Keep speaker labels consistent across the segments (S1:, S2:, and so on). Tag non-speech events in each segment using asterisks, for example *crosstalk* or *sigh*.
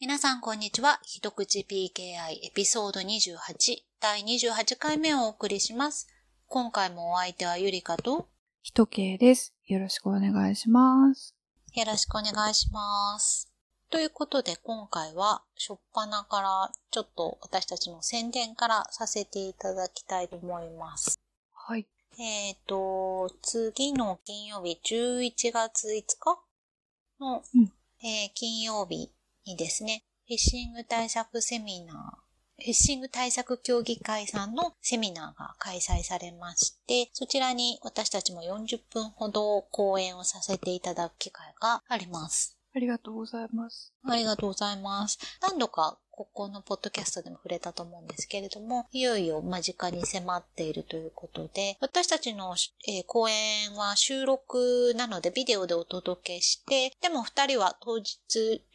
S1: 皆さん、こんにちは。一口 PKI エピソード28、第28回目をお送りします。今回もお相手はゆりかと、
S2: ひとけいです。よろしくお願いします。
S1: よろしくお願いします。ということで、今回は、しょっぱなから、ちょっと私たちの宣伝からさせていただきたいと思います。
S2: はい。
S1: えっ、と、次の金曜日、11月5日の、
S2: うん
S1: えー金曜日にですね、フィッシング対策セミナー、フィッシング対策協議会さんのセミナーが開催されまして、そちらに私たちも40分ほど講演をさせていただく機会があります。
S2: ありがとうございます。
S1: ありがとうございます。何度かここのポッドキャストでも触れたと思うんですけれども、いよいよ間近に迫っているということで、私たちの、えー講演は収録なのでビデオでお届けして、でも二人は当日、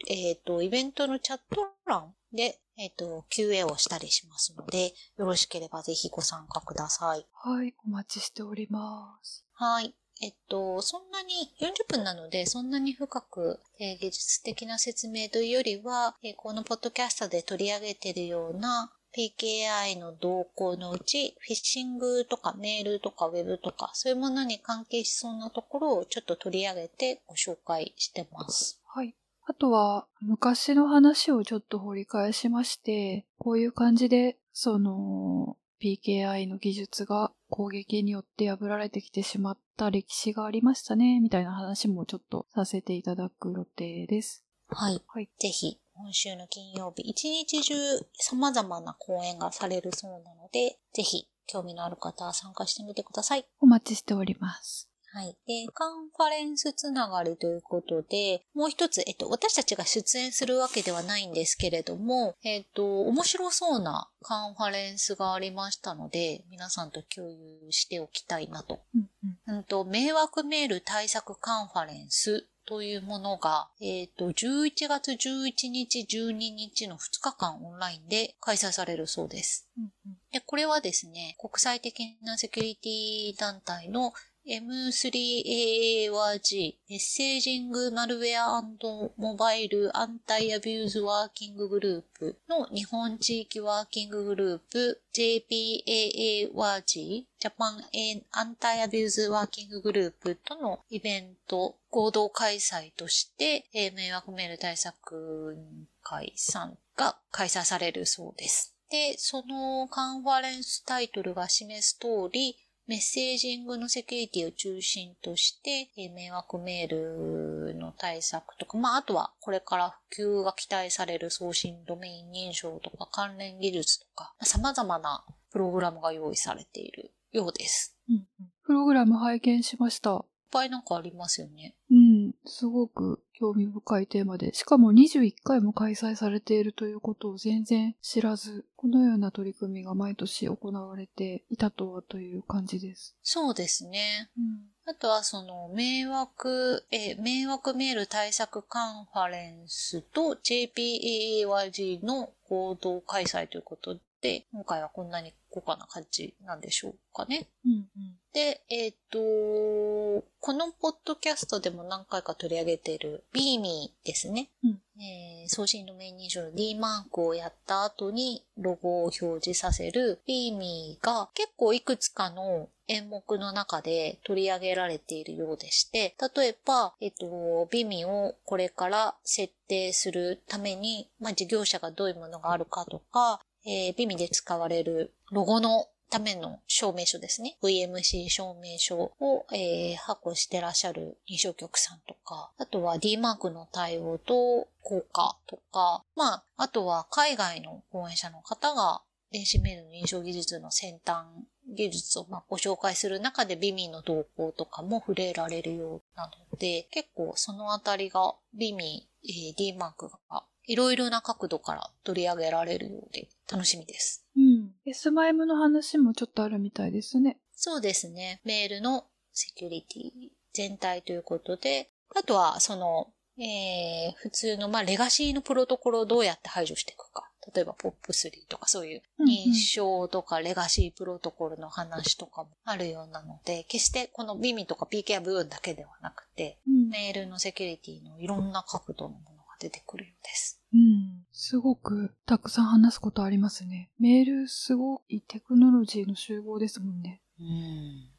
S1: えっ、と、イベントのチャット欄で、えっ、と、QA をしたりしますので、よろしければぜひご参加ください。
S2: はい。お待ちしております。
S1: はい。えっと、そんなに、40分なので、そんなに深く、えー技術的な説明というよりは、えーこのポッドキャストで取り上げているような、PKI の動向のうち、フィッシングとかメールとかウェブとか、そういうものに関係しそうなところをちょっと取り上げてご紹介してます。
S2: はい。あとは、昔の話をちょっと掘り返しまして、こういう感じで、その、PKI の技術が攻撃によって破られてきてしまった歴史がありましたね、みたいな話もちょっとさせていただく予定です。
S1: はい。
S2: はい
S1: ぜひ、今週の金曜日、一日中様々な講演がされるそうなので、ぜひ、興味のある方は参加してみてください。
S2: お待ちしております。
S1: はい。で、カンファレンスつながりということで、もう一つ、えっと、私たちが出演するわけではないんですけれども、えっと、面白そうなカンファレンスがありましたので、皆さんと共有しておきたいなと。
S2: うんうん。
S1: うんと、迷惑メール対策カンファレンスというものが、えっと、11月11日、12日の2日間オンラインで開催されるそうです。
S2: うんうん。
S1: で、これはですね、国際的なセキュリティ団体の M3AAYG、メッセージングマルウェアモバイルアンタイアビューズワーキンググループの日本地域ワーキンググループ JPAAYG、ジャパンアンタイアビューズワーキンググループとのイベント合同開催として、えー迷惑メール対策委員会さんが開催されるそうです。で、そのカンファレンスタイトルが示す通り、メッセージングのセキュリティを中心として、えー迷惑メールの対策とか、まあ、あとはこれから普及が期待される送信ドメイン認証とか関連技術とか、まあ様々なプログラムが用意されているようです。
S2: うんうん。プログラム拝見しました。
S1: いっぱいなんかありますよね。
S2: うん、すごく興味深いテーマで、しかも21回も開催されているということを全然知らず、このような取り組みが毎年行われていたとはという感じです。
S1: そうですね。
S2: うん、
S1: あとは、その、迷惑、えー、迷惑メール対策カンファレンスと JPAAYG の合同開催ということで、今回はこんなに豪華な感じなんでしょうかね。
S2: うん、
S1: で、えっ、と、このポッドキャストでも何回か取り上げているビーミーですね。
S2: うん
S1: えー送信ドメイン認証の D マークをやった後にロゴを表示させるビーミーが結構いくつかの演目の中で取り上げられているようでして、例えば、えっ、と、ビーミーをこれから設定するために、まあ、事業者がどういうものがあるかとか、えー、ビミで使われるロゴのための証明書ですね。VMC 証明書を、えー発行してらっしゃる認証局さんとか、あとは D マークの対応と効果とか、まあ、あとは海外の講演者の方が電子メールの認証技術の先端技術をまあご紹介する中でビミの動向とかも触れられるようなので、結構そのあたりがビミ、えー D マークがいろいろな角度から取り上げられるようで楽しみです。
S2: うん。S マイムの話もちょっとあるみたいですね。
S1: そうですね。メールのセキュリティ全体ということで、あとは、その、えー、普通の、まあ、レガシーのプロトコルをどうやって排除していくか。例えば、POP3 とかそういう
S2: うんうん
S1: 認証とかレガシープロトコルの話とかもあるようなので、決してこの BIMI とか PK 部分だけではなくて、
S2: うん
S1: メールのセキュリティのいろんな角度のものが出てくるようです。
S2: うん。すごくたくさん話すことありますね。メールすごいテクノロジーの集合ですもんね。
S1: うん。
S2: うん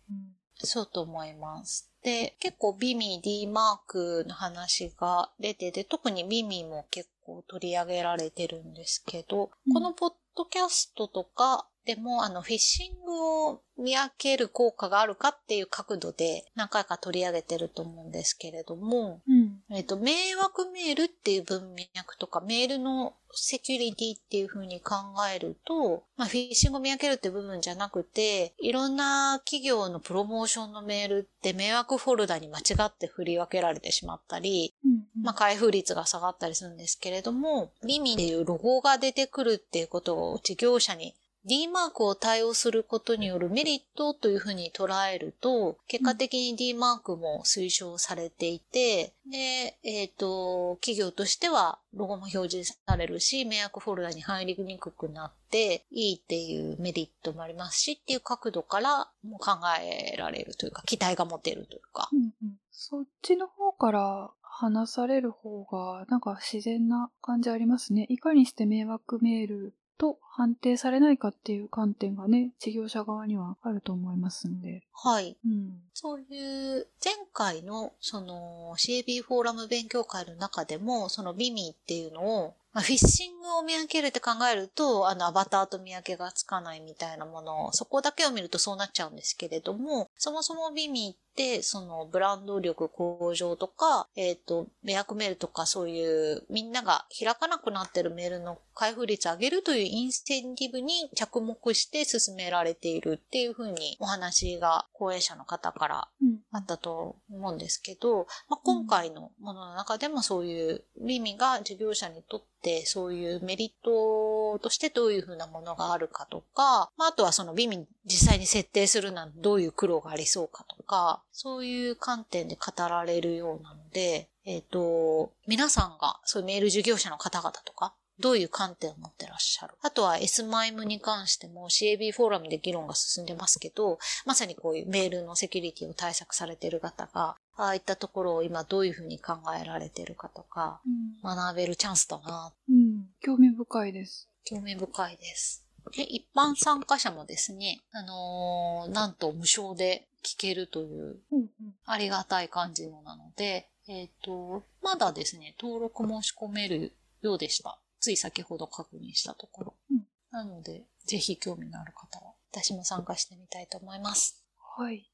S1: そうと思います。で、結構ビミ D マークの話が出てて、特にビミも結構取り上げられてるんですけど、
S2: うん
S1: このポッドキャストとかでも、あの、フィッシングを見分ける効果があるかっていう角度で何回か取り上げてると思うんですけれども、
S2: うん。
S1: えっと、迷惑メールっていう文脈とか、メールのセキュリティっていう風に考えると、まあ、フィッシングを見分けるって部分じゃなくて、いろんな企業のプロモーションのメールって迷惑フォルダに間違って振り分けられてしまったり、
S2: うん。
S1: まあ、開封率が下がったりするんですけれども、ビミっていうロゴが出てくるっていうことを事業者に D マークを対応することによるメリットというふうに捉えると、結果的に D マークも推奨されていて、で、えっ、と、企業としてはロゴも表示されるし、迷惑フォルダに入りにくくなって、いいっていうメリットもありますし、っていう角度からも考えられるというか、期待が持てるというか。
S2: うんうん。そっちの方から話される方が、なんか自然な感じありますね。いかにして迷惑メールと判定されないかっていう観点がね、事業者側にはあると思いますんで。
S1: はい。
S2: うん。
S1: そういう、前回の、その、CAB フォーラム勉強会の中でも、そのビミーっていうのを、まあ、フィッシングを見分けるって考えると、あの、アバターと見分けがつかないみたいなものを、そこだけを見るとそうなっちゃうんですけれども、そもそもビミーって、その、ブランド力向上とか、えっ、と、迷惑メールとかそういう、みんなが開かなくなってるメールの開封率上げるというインセンティブに着目して進められているっていうふうにお話が、後援者の方から
S2: うん。
S1: あったと思うんですけど、まあ、今回のものの中でもそういうリミが事業者にとってそういうメリットとしてどういうふうなものがあるかとか、まあ、あとはそのリミ実際に設定するなんてどういう苦労がありそうかとか、そういう観点で語られるようなので、えっ、と、皆さんがそういうメール事業者の方々とか、どういう観点を持ってらっしゃるあとは S マイムに関しても CAB フォーラムで議論が進んでますけど、まさにこういうメールのセキュリティを対策されている方が、ああいったところを今どういうふうに考えられているかとか、
S2: うん。
S1: 学べるチャンスだな、
S2: うん。興味深いです。
S1: 興味深いです。で一般参加者もですね、あのーなんと無償で聞けるという
S2: うんうん。
S1: ありがたい感じのなので、えっ、と、まだですね、登録申し込めるようでした。つい先ほど確認したところ。
S2: うん
S1: なので、ぜひ興味のある方は、私も参加してみたいと思います。
S2: はい。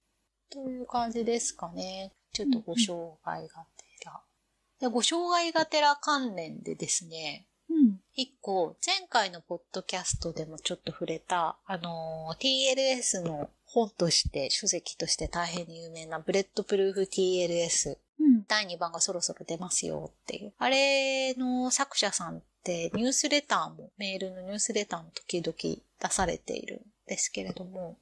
S1: という感じですかね。ちょっとご障害がてら。でご障害がてら関連でですね、
S2: うん。
S1: 一個、前回のポッドキャストでもちょっと触れた、あのー TLS の本として、書籍として大変に有名なブレッドプルーフ TLS。
S2: うん。
S1: 第2版がそろそろ出ますよっていう。あれの作者さんってニュースレターも、メールのニュースレターも時々出されているんですけれども、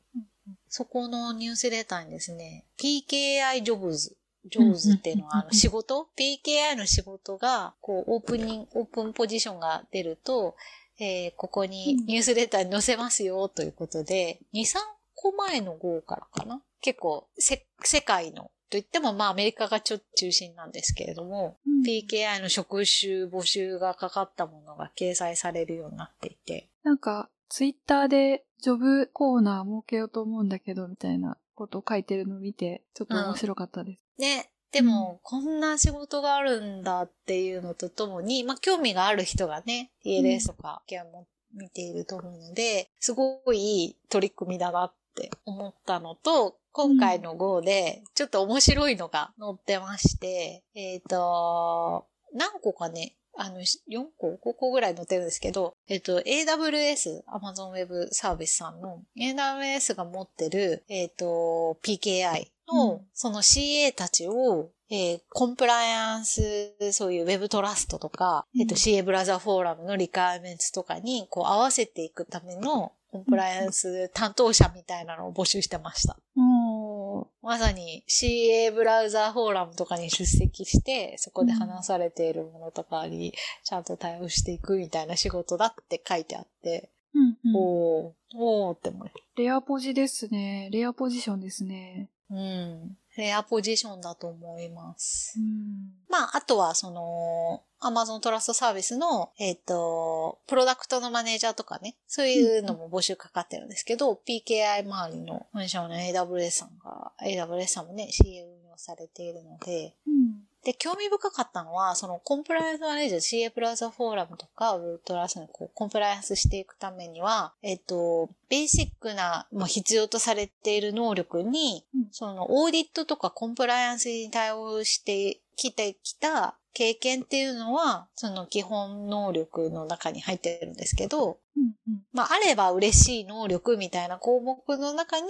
S1: そこのニュースレターにですね、PKI ジョブズ。ジョブズっていうのは、あ
S2: うんうんう
S1: の、
S2: んうん
S1: 仕事 ?PKI の仕事が、こう、オープニング、オープンポジションが出ると、えーここに
S2: うん
S1: ニュースレターに載せますよ、ということで、2、3個前の号からかな結構、せ、世界の、といっても、まあ、アメリカがちょ中心なんですけれども、
S2: うん
S1: PKI の職種、募集がかかったものが掲載されるようになっていて、
S2: なんか、ツイッターでジョブコーナー設けようと思うんだけど、みたいなことを書いてるのを見て、ちょっと面白かったです。
S1: ね、でも、こんな仕事があるんだっていうのとともに、まあ、興味がある人がね、TLS とか、ケアも見ていると思うので、すごいいい取り組みだなって思ったのと、今回の GO で、ちょっと面白いのが載ってまして、えっ、と、何個かね、あの、4個、5個ぐらい載ってるんですけど、えっと、AWS、Amazon Web Service さんの AWS が持ってる、えっと、PKI の、
S2: うん
S1: その CA たちを、えーコンプライアンス、そういう Web トラストとか、えっと、
S2: うん
S1: CA ブラザーフォーラムのリカーメンツとかに、こう、合わせていくための、コンプライアンス担当者みたいなのを募集してました。
S2: おー
S1: まさに CA ブラウザーフォーラムとかに出席して、そこで話されているものとかに、ちゃんと対応していくみたいな仕事だって書いてあって、
S2: うんうん、
S1: おー、おーって思う。
S2: レアポジですね。レアポジションですね。
S1: うん。フェアポジションだと思います。
S2: うん。
S1: まあ、あとは、その、Amazon トラストサービスの、えっ、と、プロダクトのマネージャーとかね、そういうのも募集かかってるんですけど、PKI 周りの本社の AWS さんが、AWS さんもね、CA 運用されているので、
S2: うん。
S1: で、興味深かったのは、そのコンプライアンスマネージャー、CA プラザフォーラムとか、ウルトラスにこう、コンプライアンスしていくためには、えっと、ベーシックな、まあ、必要とされている能力に、
S2: うん
S1: その、オーディットとかコンプライアンスに対応してきてきた経験っていうのは、その基本能力の中に入ってるんですけど、
S2: うん。うん。
S1: まあ、あれば嬉しい能力みたいな項目の中に、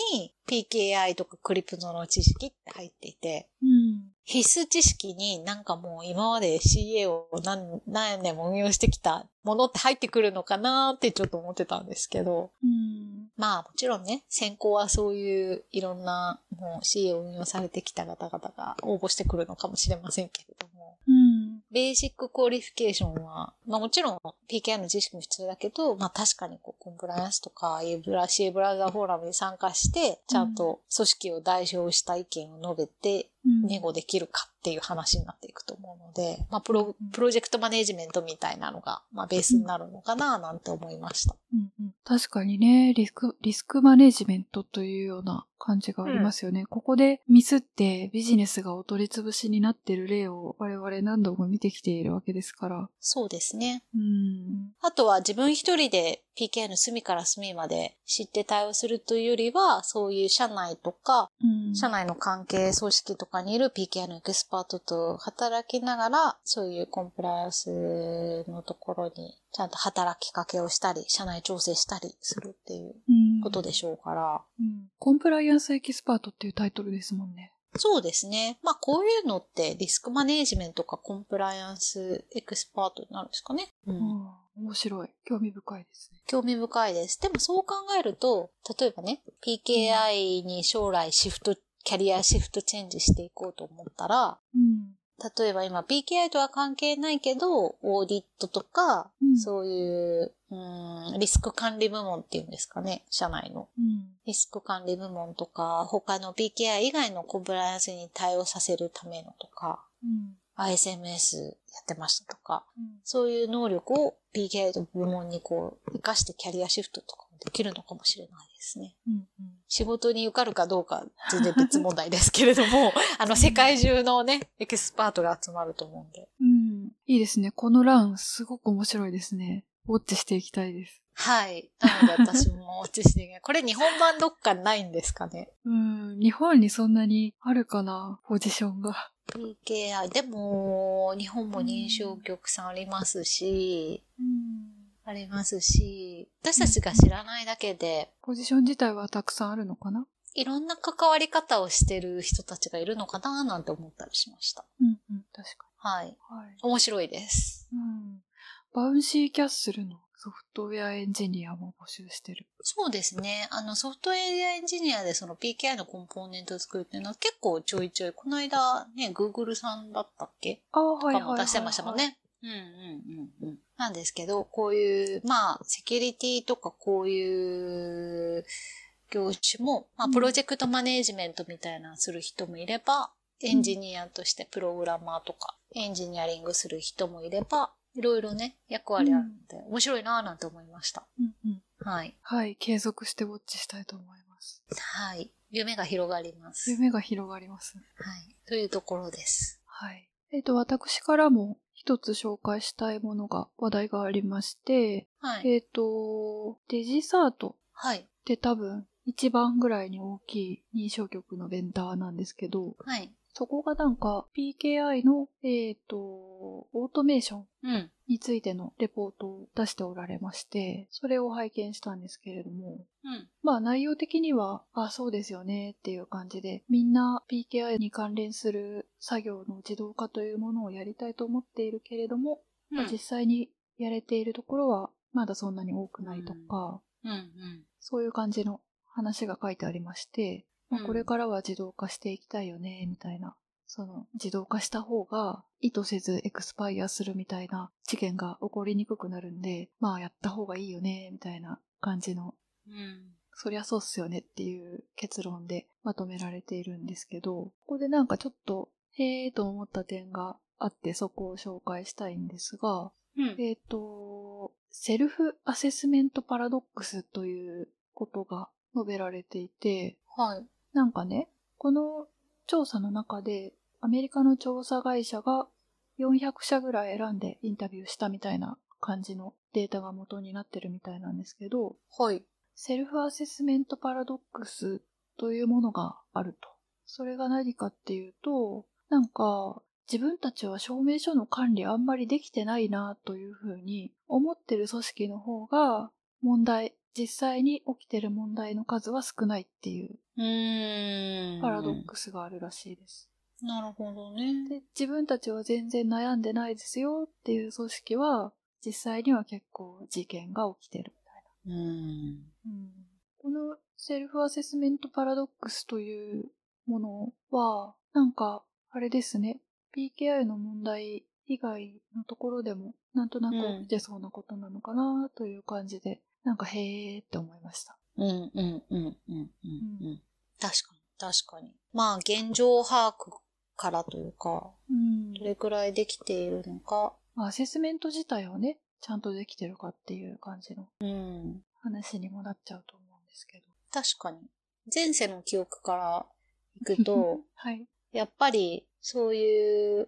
S1: PKI とかクリプトの知識って入っていて、
S2: うん。
S1: 必須知識になんかもう今まで CA を何何年も運用してきたものって入ってくるのかなってちょっと思ってたんですけど、
S2: うん。
S1: まあもちろんね、先行はそういういろんなもう CA を運用されてきた方々が応募してくるのかもしれませんけれども、
S2: うん。
S1: ベーシッククオリフィケーションは、まあもちろん PKI の知識も必要だけど、まあ確かにこうコンプライアンスとか A ブラ CA ブラウザーフォーラムに参加して、ちゃんと組織を代表した意見を述べて
S2: うん。
S1: ネゴできるかっていう話になっていくと思うので、まあ、プロ、プロジェクトマネジメントみたいなのが、まあ、ベースになるのかな、なんて思いました。
S2: うんうん確かにね、リスク、リスクマネジメントというような感じがありますよね。ここでミスってビジネスがお取り潰しになってる例を我々何度も見てきているわけですから。
S1: そうですね。
S2: うん。
S1: あとは自分一人で PK の隅から隅まで知って対応するというよりは、そういう社内とか、
S2: うん。
S1: 社内の関係組織とかにいる PK のエキスパートと働きながら、そういうコンプライアンスのところに、ちゃんと働きかけをしたり、社内調整したりするっていう
S2: うん
S1: ことでしょうから、
S2: うんコンプライアンスエキスパートっていうタイトルですもんね。
S1: そうですね。まあこういうのってリスクマネージメントかコンプライアンスエクスパートになるんですかね。う。
S2: うんん。面白い。興味深いですね。
S1: 興味深いです。でもそう考えると、例えばね、PKI に将来シフト、キャリアシフトチェンジしていこうと思ったら、
S2: うん。
S1: 例えば今 PKI とは関係ないけど、オーディットとか、
S2: うん
S1: そういう、うん、リスク管理部門っていうんですかね、社内の。
S2: うん。
S1: リスク管理部門とか、他の PKI 以外のコンプライアンスに対応させるためのとか、
S2: うん。
S1: ISMS やってましたとか、
S2: うん
S1: そういう能力を PKI と部門にこう、活かしてキャリアシフトとかもできるのかもしれないですね。
S2: うん。うん
S1: 仕事に受かるかどうか、全然別問題ですけれども、あの、世界中のね、エキスパートが集まると思うんで。
S2: うん。いいですね。この欄、すごく面白いですね。ウォッチしていきたいです。
S1: はい。なので私もお *laughs* 知識が、これ日本版どっかないんですかね。
S2: うん。日本にそんなにあるかな、ポジションが。
S1: PKI、でも、日本も認証局さんありますし、
S2: うん。
S1: ありますし、私たちが知らないだけで、
S2: ポジション自体はたくさんあるのかない
S1: ろんな関わり方をしてる人たちがいるのかななんて思ったりしました。
S2: うん。うん。確か
S1: はい。
S2: に。はい。
S1: 面白いです。
S2: うん。バウンシーキャッスルのソフトウェアエンジニアも募集してる。
S1: そうですね。あの、ソフトウェアエンジニアでその PKI のコンポーネントを作るっていうのは結構ちょいちょい、この間ね、Google さんだったっけ
S2: ああ、は
S1: と
S2: いは
S1: か
S2: いはい、
S1: も出してましたもん。ね。うんうんうんうん。なんですけど、こういう、まあ、セキュリティとかこういう業種も、まあ、
S2: うん
S1: プロジェクトマネージメントみたいなのする人もいれば、エンジニアとしてプログラマーとか、エンジニアリングする人もいれば、いろいろね、役割あるんで、面白いなぁなんて思いました。
S2: うんうん。
S1: はい。
S2: はい。継続してウォッチしたいと思います。
S1: はい。夢が広がります。はい。
S2: 夢が広がります。
S1: というところです。
S2: はい。えっ、と、私からも一つ紹介したいものが、話題がありまして、
S1: はい。
S2: えっ、と、デジサート
S1: はい。
S2: って多分一番ぐらいに大きい認証局のベンダーなんですけど、
S1: はい。
S2: そこがなんか PKI の、えっ、と、オートメーション
S1: うん。
S2: についてのレポートを出しておられまして、それを拝見したんですけれども、
S1: うん。
S2: まあ内容的には、あ、そうですよねっていう感じで、みんな PKI に関連する作業の自動化というものをやりたいと思っているけれども、
S1: うん。
S2: 実際にやれているところはまだそんなに多くないとか、
S1: うん。うん。
S2: そういう感じの話が書いてありまして、まあ、これからは自動化していきたいよね、みたいな。その自動化した方が意図せずエクスパイアするみたいな事件が起こりにくくなるんで、まあやった方がいいよね、みたいな感じの
S1: うん。
S2: そりゃそうっすよねっていう結論でまとめられているんですけど、ここでなんかちょっと、へえーと思った点があって、そこを紹介したいんですが、
S1: うん。
S2: えっ、と、セルフアセスメントパラドックスということが述べられていて、
S1: はい。
S2: なんかね、この調査の中で、アメリカの調査会社が400社ぐらい選んでインタビューしたみたいな感じのデータが元になってるみたいなんですけど、
S1: はい。
S2: セルフアセスメントパラドックスというものがあると。それが何かっていうと、なんか、自分たちは証明書の管理あんまりできてないなというふうに思ってる組織の方が問題、実際に起きてる問題の数は少ないっていう
S1: うーん。
S2: パラドックスがあるらしいです。
S1: なるほどね。
S2: で、自分たちは全然悩んでないですよっていう組織は、実際には結構事件が起きてるみたいな。
S1: うーん。
S2: このセルフアセスメントパラドックスというものは、なんか、あれですね、PKI の問題以外のところでも、なんとなく起きてそうなことなのかなという感じで、なんか、へーって思いました。
S1: うんうんうんうんう
S2: うん
S1: うんん。確かに、確かに。まあ、現状把握からというか、
S2: うん
S1: どれくらいできているのか。
S2: まあアセスメント自体をね、ちゃんとできてるかっていう感じの
S1: うん。
S2: 話にもなっちゃうと思うんですけど。
S1: 確かに。前世の記憶からいく
S2: *laughs*
S1: と、
S2: はい。
S1: やっぱりそういう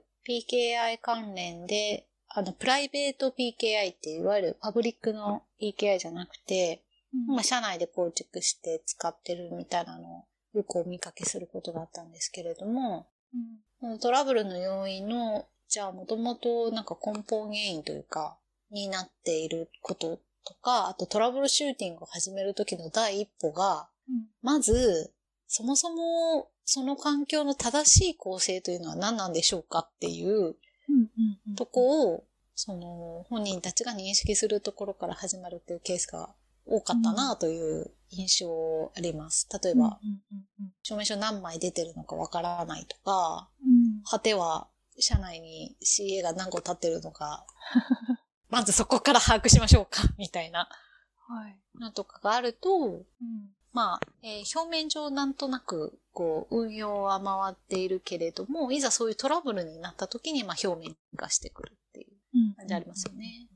S1: PKI 関連で、あの、プライベート PKI っていわゆるパブリックの PKI じゃなくて、
S2: うん
S1: まあ、社内で構築して使ってるみたいなのをよくお見かけすることだったんですけれども、
S2: うん
S1: トラブルの要因の、じゃあもともとなんか根本原因というか、になっていることとか、あとトラブルシューティングを始めるときの第一歩が、
S2: うん
S1: まず、そもそもその環境の正しい構成というのは何なんでしょうかっていう
S2: うんうんうん
S1: とこを、その本人たちが認識するところから始まるっていうケースが多かったなという印象あります。例えば、
S2: うんうんうん
S1: 証明書何枚出てるのかわからないとか、
S2: うん
S1: 果ては社内に CA が何個立ってるのか、まずそこから把握しましょうか、みたいな
S2: はい。
S1: のとかがあると、
S2: うん
S1: まあ、えー表面上なんとなく、こう、運用は回っているけれども、いざそういうトラブルになった時に、まあ、表面化してくるっていう
S2: うん
S1: 感じありますよ。ね。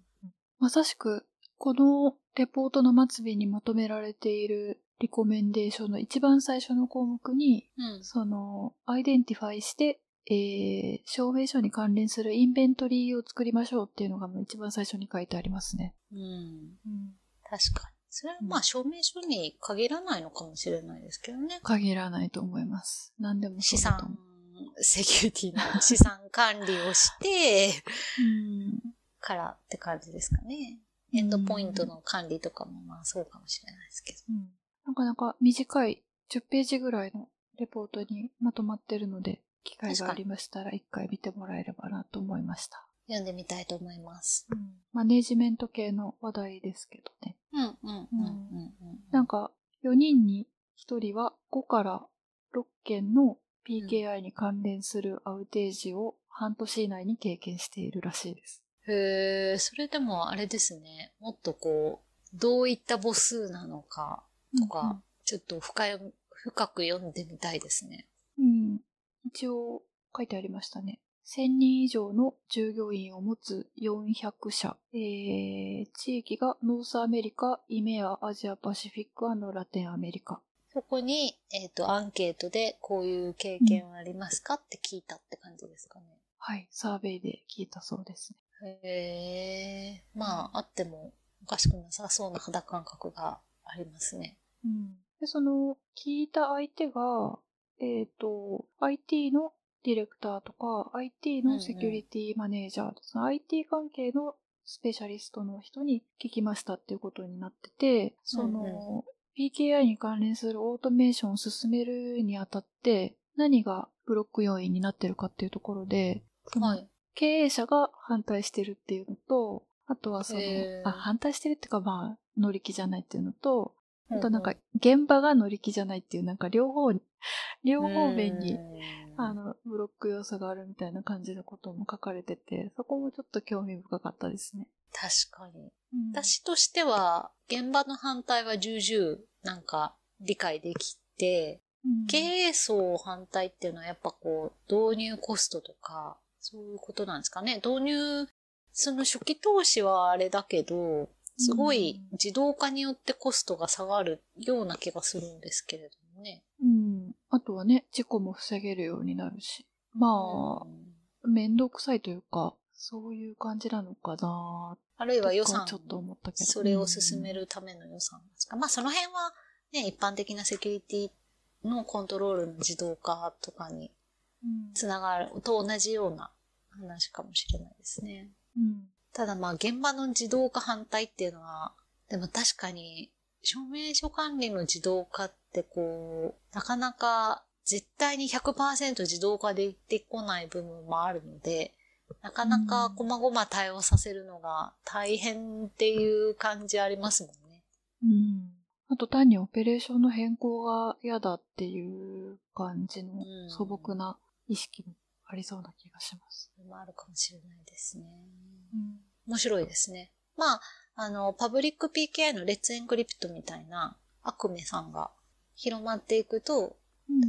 S2: まさしく、このレポートの末尾にまとめられているリコメンデーションの一番最初の項目に、
S1: うん。
S2: その、アイデンティファイして、えー、証明書に関連するインベントリーを作りましょうっていうのがもう一番最初に書いてありますね。
S1: うん。
S2: うん、
S1: 確かに。それはまあ、証明書に限らないのかもしれないですけどね。
S2: 限らないと思います。何でも
S1: 資
S2: そうだと思
S1: 産、セキュリティの *laughs* 資産管理をして、
S2: う。うん
S1: からって感じですかね。エンドポイントの管理とかもまあそうかもしれないですけど。
S2: うんなかなか短い10ページぐらいのレポートにまとまってるので、機会がありましたら一回見てもらえればなと思いました。
S1: 読んでみたいと思います。
S2: マネジメント系の話題ですけどね。
S1: うんうんうんうんうん。
S2: なんか4人に1人は5から6件の PKI に関連するアウテージを半年以内に経験しているらしいです。
S1: へえ、それでもあれですね。もっとこう、どういった母数なのかとか、ちょっと深い、深く読んでみたいですね。
S2: うん、うん一応書いてありましたね。1000人以上の従業員を持つ400社。えー、地域がノースアメリカ、イメア、アジアパシフィックラテンアメリカ。
S1: そこに、えっ、と、アンケートでこういう経験はありますかって聞いたって感じですかね。
S2: はい、サーベイで聞いたそうですね。
S1: へえ、まあ、あってもおかしくなさそうな肌感覚がありますね。
S2: うんで、その、聞いた相手が、えっ、と、IT のディレクターとか、IT
S1: うんう
S2: の
S1: ん
S2: セキュリティマネージャーとか、IT 関係のスペシャリストの人に聞きましたっていうことになってて、その、PKI に関連するオートメーションを進めるにあたって、何がブロック要因になってるかっていうところで、その
S1: はい。
S2: 経営者が反対してるっていうのと、あとはその
S1: へ、ー
S2: あ反対してるっていうか、まあ、乗り気じゃないっていうのと、あとなんか、現場が乗り気じゃないっていう、なんか両方に、両方面に、あ
S1: の、
S2: の、ブロック要素があるみたいな感じのことも書かれてて、そこもちょっと興味深かったですね。
S1: 確かに。私としては、現場の反対は重々なんか理解できて、
S2: うん
S1: 経営層反対っていうのはやっぱこう、導入コストとか、そういうことなんですかね。導入、その初期投資はあれだけど、すごい
S2: うん
S1: 自動化によってコストが下がるような気がするんですけれどもね。
S2: うん。あとはね、事故も防げるようになるし。
S1: うん
S2: まあ、面倒くさいというか、そういう感じなのかな
S1: あるい
S2: と
S1: は予
S2: か
S1: 算
S2: ちょっと思ったけど。
S1: それを進め
S2: る。
S1: るための予算なんですか。まあその辺はね、一般的なセキュリティのコントロールの自動化とかに
S2: うん
S1: つながると同じような話かもしれないですね。
S2: うん。
S1: ただまあ現場の自動化反対っていうのは、でも確かに証明書管理の自動化ってこう、なかなか絶対に100%自動化ででこない部分もあるので、なかなか細々対応させるのが大変っていう感じありますもんね。
S2: うん。あと単にオペレーションの変更が嫌だっていう感じの
S1: うん
S2: 素朴な意識もありそうな気がします。
S1: それもあるかもしれないですね。
S2: うん。
S1: 面白いですね。まあ、あの、パブリック PKI のレッツエンクリプトみたいなアクメさんが広まっていくと、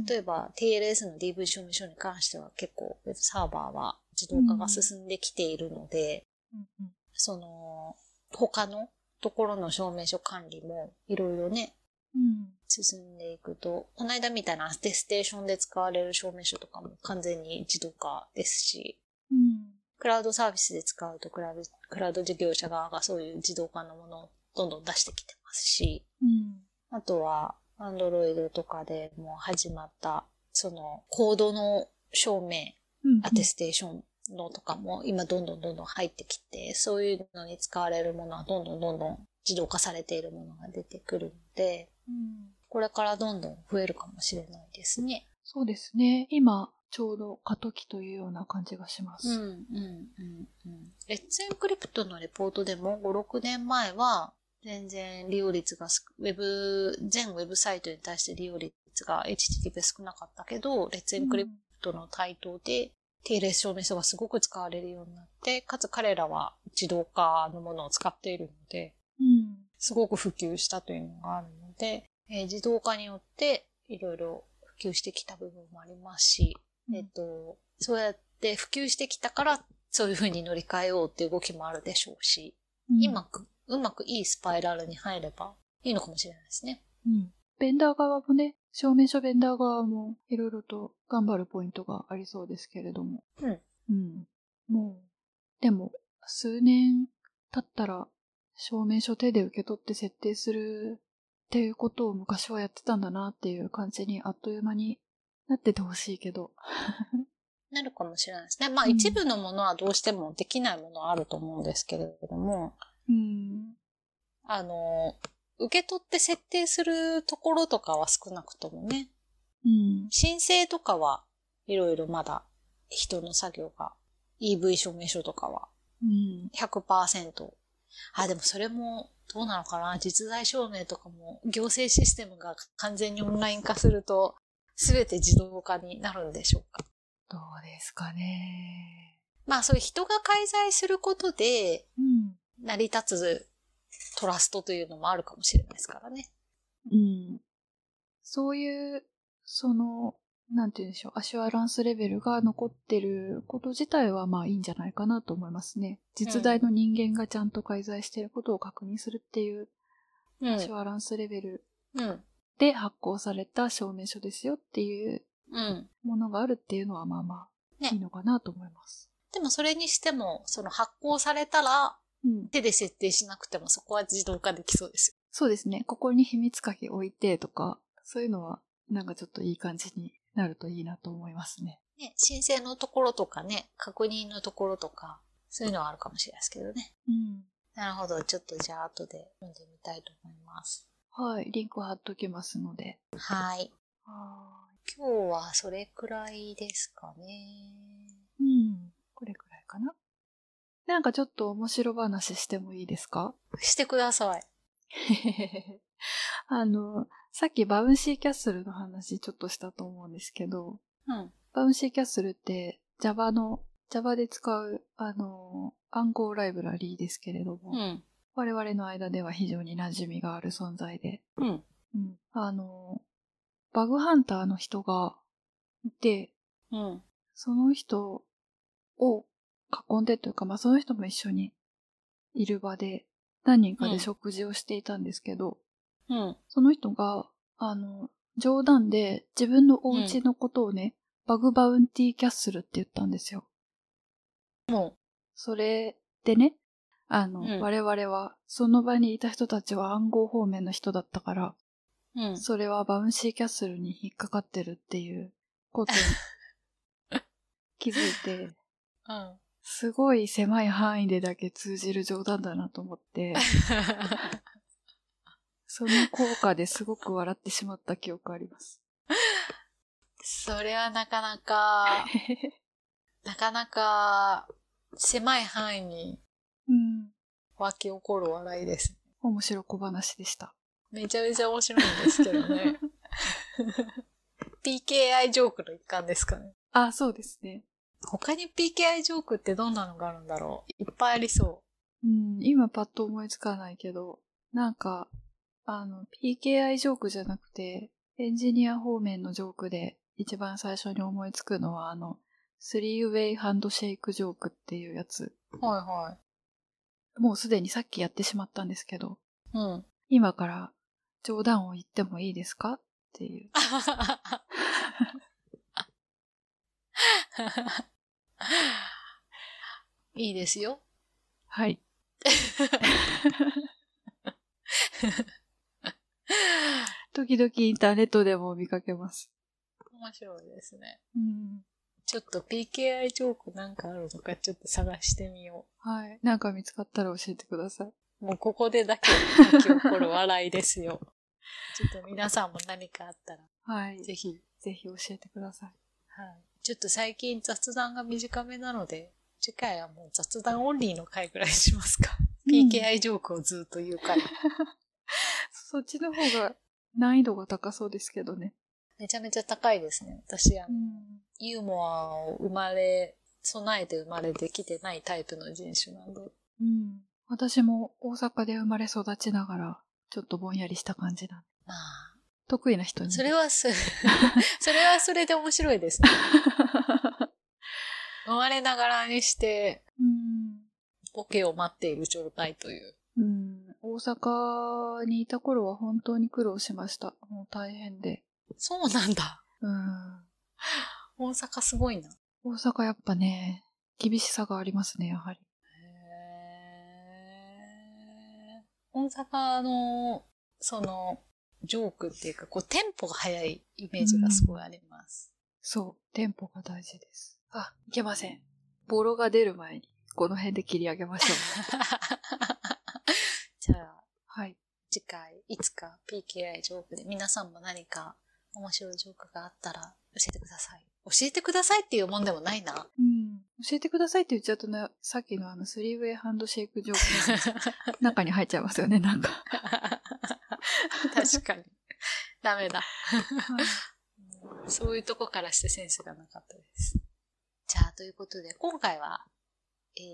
S1: 例えば TLS の DV 証明書に関しては結構 Web サーバーは自動化が進んできているので、
S2: うんうん
S1: その、他のところの証明書管理もいろいろね、
S2: うん。
S1: 進んでいくと、この間みたいなアテステーションで使われる証明書とかも完全に自動化ですし、
S2: うん。
S1: クラウドサービスで使うとクラウド、クラウド事業者側がそういう自動化のものをどんどん出してきてますし、
S2: うん。
S1: あとは、アンドロイドとかでも始まった、その、コードの証明、
S2: うん。
S1: アテステーションのとかも今どんどんどんどん入ってきて、そういうのに使われるものはどんどんどんどん自動化されているものが出てくるので、
S2: うん。
S1: これからどんどん増えるかもしれないですね。
S2: そうですね。今、ちょうど過渡期というような感じがします。
S1: うん、うん、うん、うん。レッツエンクリプトのレポートでも5、6年前は、全然利用率がす、ウェブ、全ウェブサイトに対して利用率が HTTP 少なかったけど、レッツエンクリプトの台頭で、定列証明書がすごく使われるようになって、かつ彼らは自動化のものを使っているので、
S2: うん。
S1: すごく普及したというのがあるので、えー自動化によっていろいろ普及してきた部分もありますし、
S2: うん
S1: えっと、そうやって普及してきたから、そういうふうに乗り換えようっていう動きもあるでしょうし、
S2: うん
S1: 今く、うまくいいスパイラルに入ればいいのかもしれないですね。
S2: うん。ベンダー側もね、証明書ベンダー側もいろいろと頑張るポイントがありそうですけれども。
S1: うん。
S2: うん。もう、でも、数年経ったら、証明書手で受け取って設定するっていうことを昔はやってたんだなっていう感じにあっという間になっててほしいけど。
S1: なるかもしれないですね。まあ、
S2: うん
S1: 一部のものはどうしてもできないものはあると思うんですけれども、
S2: うん。
S1: あの、受け取って設定するところとかは少なくともね、
S2: うん。
S1: 申請とかはいろいろまだ人の作業が EV 証明書とかは
S2: うん。
S1: 100%。あ、でもそれもどうなのかな実在証明とかも行政システムが完全にオンライン化すると全て自動化になるんでしょうか
S2: どうですかね。
S1: まあそういう人が介在することで
S2: うん。
S1: 成り立つトラストというのもあるかもしれないですからね。
S2: うん。そういう、その、なんて言うんでしょう、アシュアランスレベルが残ってること自体はまあいいんじゃないかなと思いますね。実在の人間がちゃんと介在していることを確認するっていう、
S1: う
S2: アシュアランスレベル
S1: うん。
S2: で発行された証明書ですよっていう
S1: うん。
S2: ものがあるっていうのはまあまあ
S1: ね
S2: いいのかなと思います。
S1: でもそれにしても、その発行されたら
S2: うん。
S1: 手で設定しなくてもそこは自動化できそうです
S2: そうですね。ここに秘密鍵置いてとか、そういうのはなんかちょっといい感じになるといいなと思いますね。
S1: よ。ね、申請のところとかね、確認のところとか、そういうのはあるかもしれないですけどね。
S2: うん。
S1: なるほど。ちょっとじゃあ後で読んでみたいと思います。
S2: はい、リンク貼っときますので。
S1: はい。
S2: は
S1: 今日はそれくらいですかね。
S2: い。うん。これくらいかな。なんかちょっと面白話してもいいですか *laughs*
S1: してください。
S2: あの、さっきバウンシーキャッスルの話ちょっとしたと思うんですけど、
S1: うん。
S2: バウンシーキャッスルって Java の、Java で使う、あの、暗号ライブラリーですけれども、
S1: うん。
S2: 我々の間では非常に馴染みがある存在で、
S1: うん。
S2: うん、あの、バグハンターの人がいて、
S1: うん。
S2: その人を囲んでというか、まあ、その人も一緒にいる場で、何人か
S1: う
S2: で
S1: ん
S2: 食事をしていたんですけど、
S1: うん。
S2: その人が、あの、冗談で自分のお家のことをね、バグバウンティーキャッスルって言ったんですよ。
S1: も
S2: それでね、あの、
S1: うん
S2: 我々は、その場にいた人たちは暗号方面の人だったから、
S1: う。うん。
S2: それはバウンシーキャッスルに引っかかってるっていうことに気づい
S1: *laughs*
S2: て、
S1: うん。
S2: すごい狭い範囲でだけ通じる冗談だなと思って、その効果ですごく笑ってしまった記憶あります。
S1: それはなかなか、なかなか狭い範囲に
S2: うん。
S1: 湧き起こる笑いです。
S2: 面白小話でした。
S1: めちゃめちゃ面白いんですけど *laughs* ね。PKI ジョークの一環ですかね。
S2: あ、そうですね。
S1: 他に PKI ジョークってどんなのがあるんだろういっぱいありそ
S2: うん、今パッと思いつかないけど、なんか、あの、PKI ジョークじゃなくて、エンジニア方面のジョークで一番最初に思いつくのは、あの、スリーウェイハンドシェイクジョークっていうやつ。
S1: う。は
S2: もうすでにさっきやってしまったんですけど、
S1: いはい。うん。 *laughs*
S2: 今から冗談を言ってもいいですかっていう。
S1: いいですよ。
S2: はい。 *laughs* 時々インターネットでも見かけます。
S1: 面白いですね。
S2: うん。
S1: ちょっと PKI ジョークなんかあるのかちょっと探してみよ
S2: はい。なんか見つかったら教えてください。
S1: う。もうここでだけ巻き起こる笑いですよ。ちょっと皆さんも何かあったら、
S2: はい。
S1: ぜひ。
S2: ぜひ教えてください。
S1: はい。ちょっと最近雑談が短めなので、次回はもう雑談オンリーの回ぐらいしますか。PKI ジョークをずっと言う回。
S2: そっちの方が難易度が高そうですけどね。
S1: めちゃめちゃ高いですね。私、あの、
S2: ん。
S1: ユーモアを生まれ、備えて生まれてきてないタイプの人種なんで。
S2: うん。私も大阪で生まれ育ちながら、ちょっとぼんやりした感じなんで。
S1: まあ、
S2: 得意な人に。
S1: それはす、それはそれで面白いですね。生まれながらにして、
S2: *laughs* うん。
S1: ボケを待っている状態という。
S2: うん。大阪にいた頃は本当に苦労しました。もう大変で。
S1: そうなんだ。
S2: うん。
S1: 大阪すごいな。
S2: 大阪やっぱね、厳しさがありますね、やはり。
S1: へー大阪の、その、ジョークっていうか、こう、テンポが速いイメージがすごいあります。 *laughs*
S2: そう。テンポが大事です。あ、いけません。ボロが出る前に、この辺で切り上げましょう。
S1: *laughs* じゃあ、
S2: はい。
S1: 次回、いつか PKI ジョークで皆さんも何か面白いジョークがあったら教えてください。教えてくださいっていうもんでもないな。 *laughs*
S2: うん。教えてくださいって言っちゃうとね、さっきのあの、スリーウェイハンドシェイクジョークの中に入っちゃいますよね、なんか。
S1: 確かに。ダメだ。そういうとこからしてセンスがなかったです。じゃあ、ということで、今回は、えー、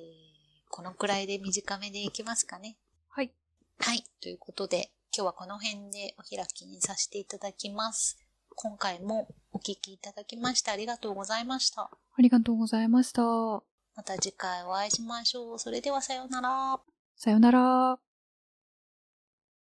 S1: このくらいで短めでいきますかね。
S2: はい。
S1: はい。ということで、今日はこの辺でお開きにさせていただきます。今回もお聞きいただきましてありがとうございました。
S2: ありがとうございました。
S1: また次回お会いしましょう。それではさようなら。
S2: さよなら。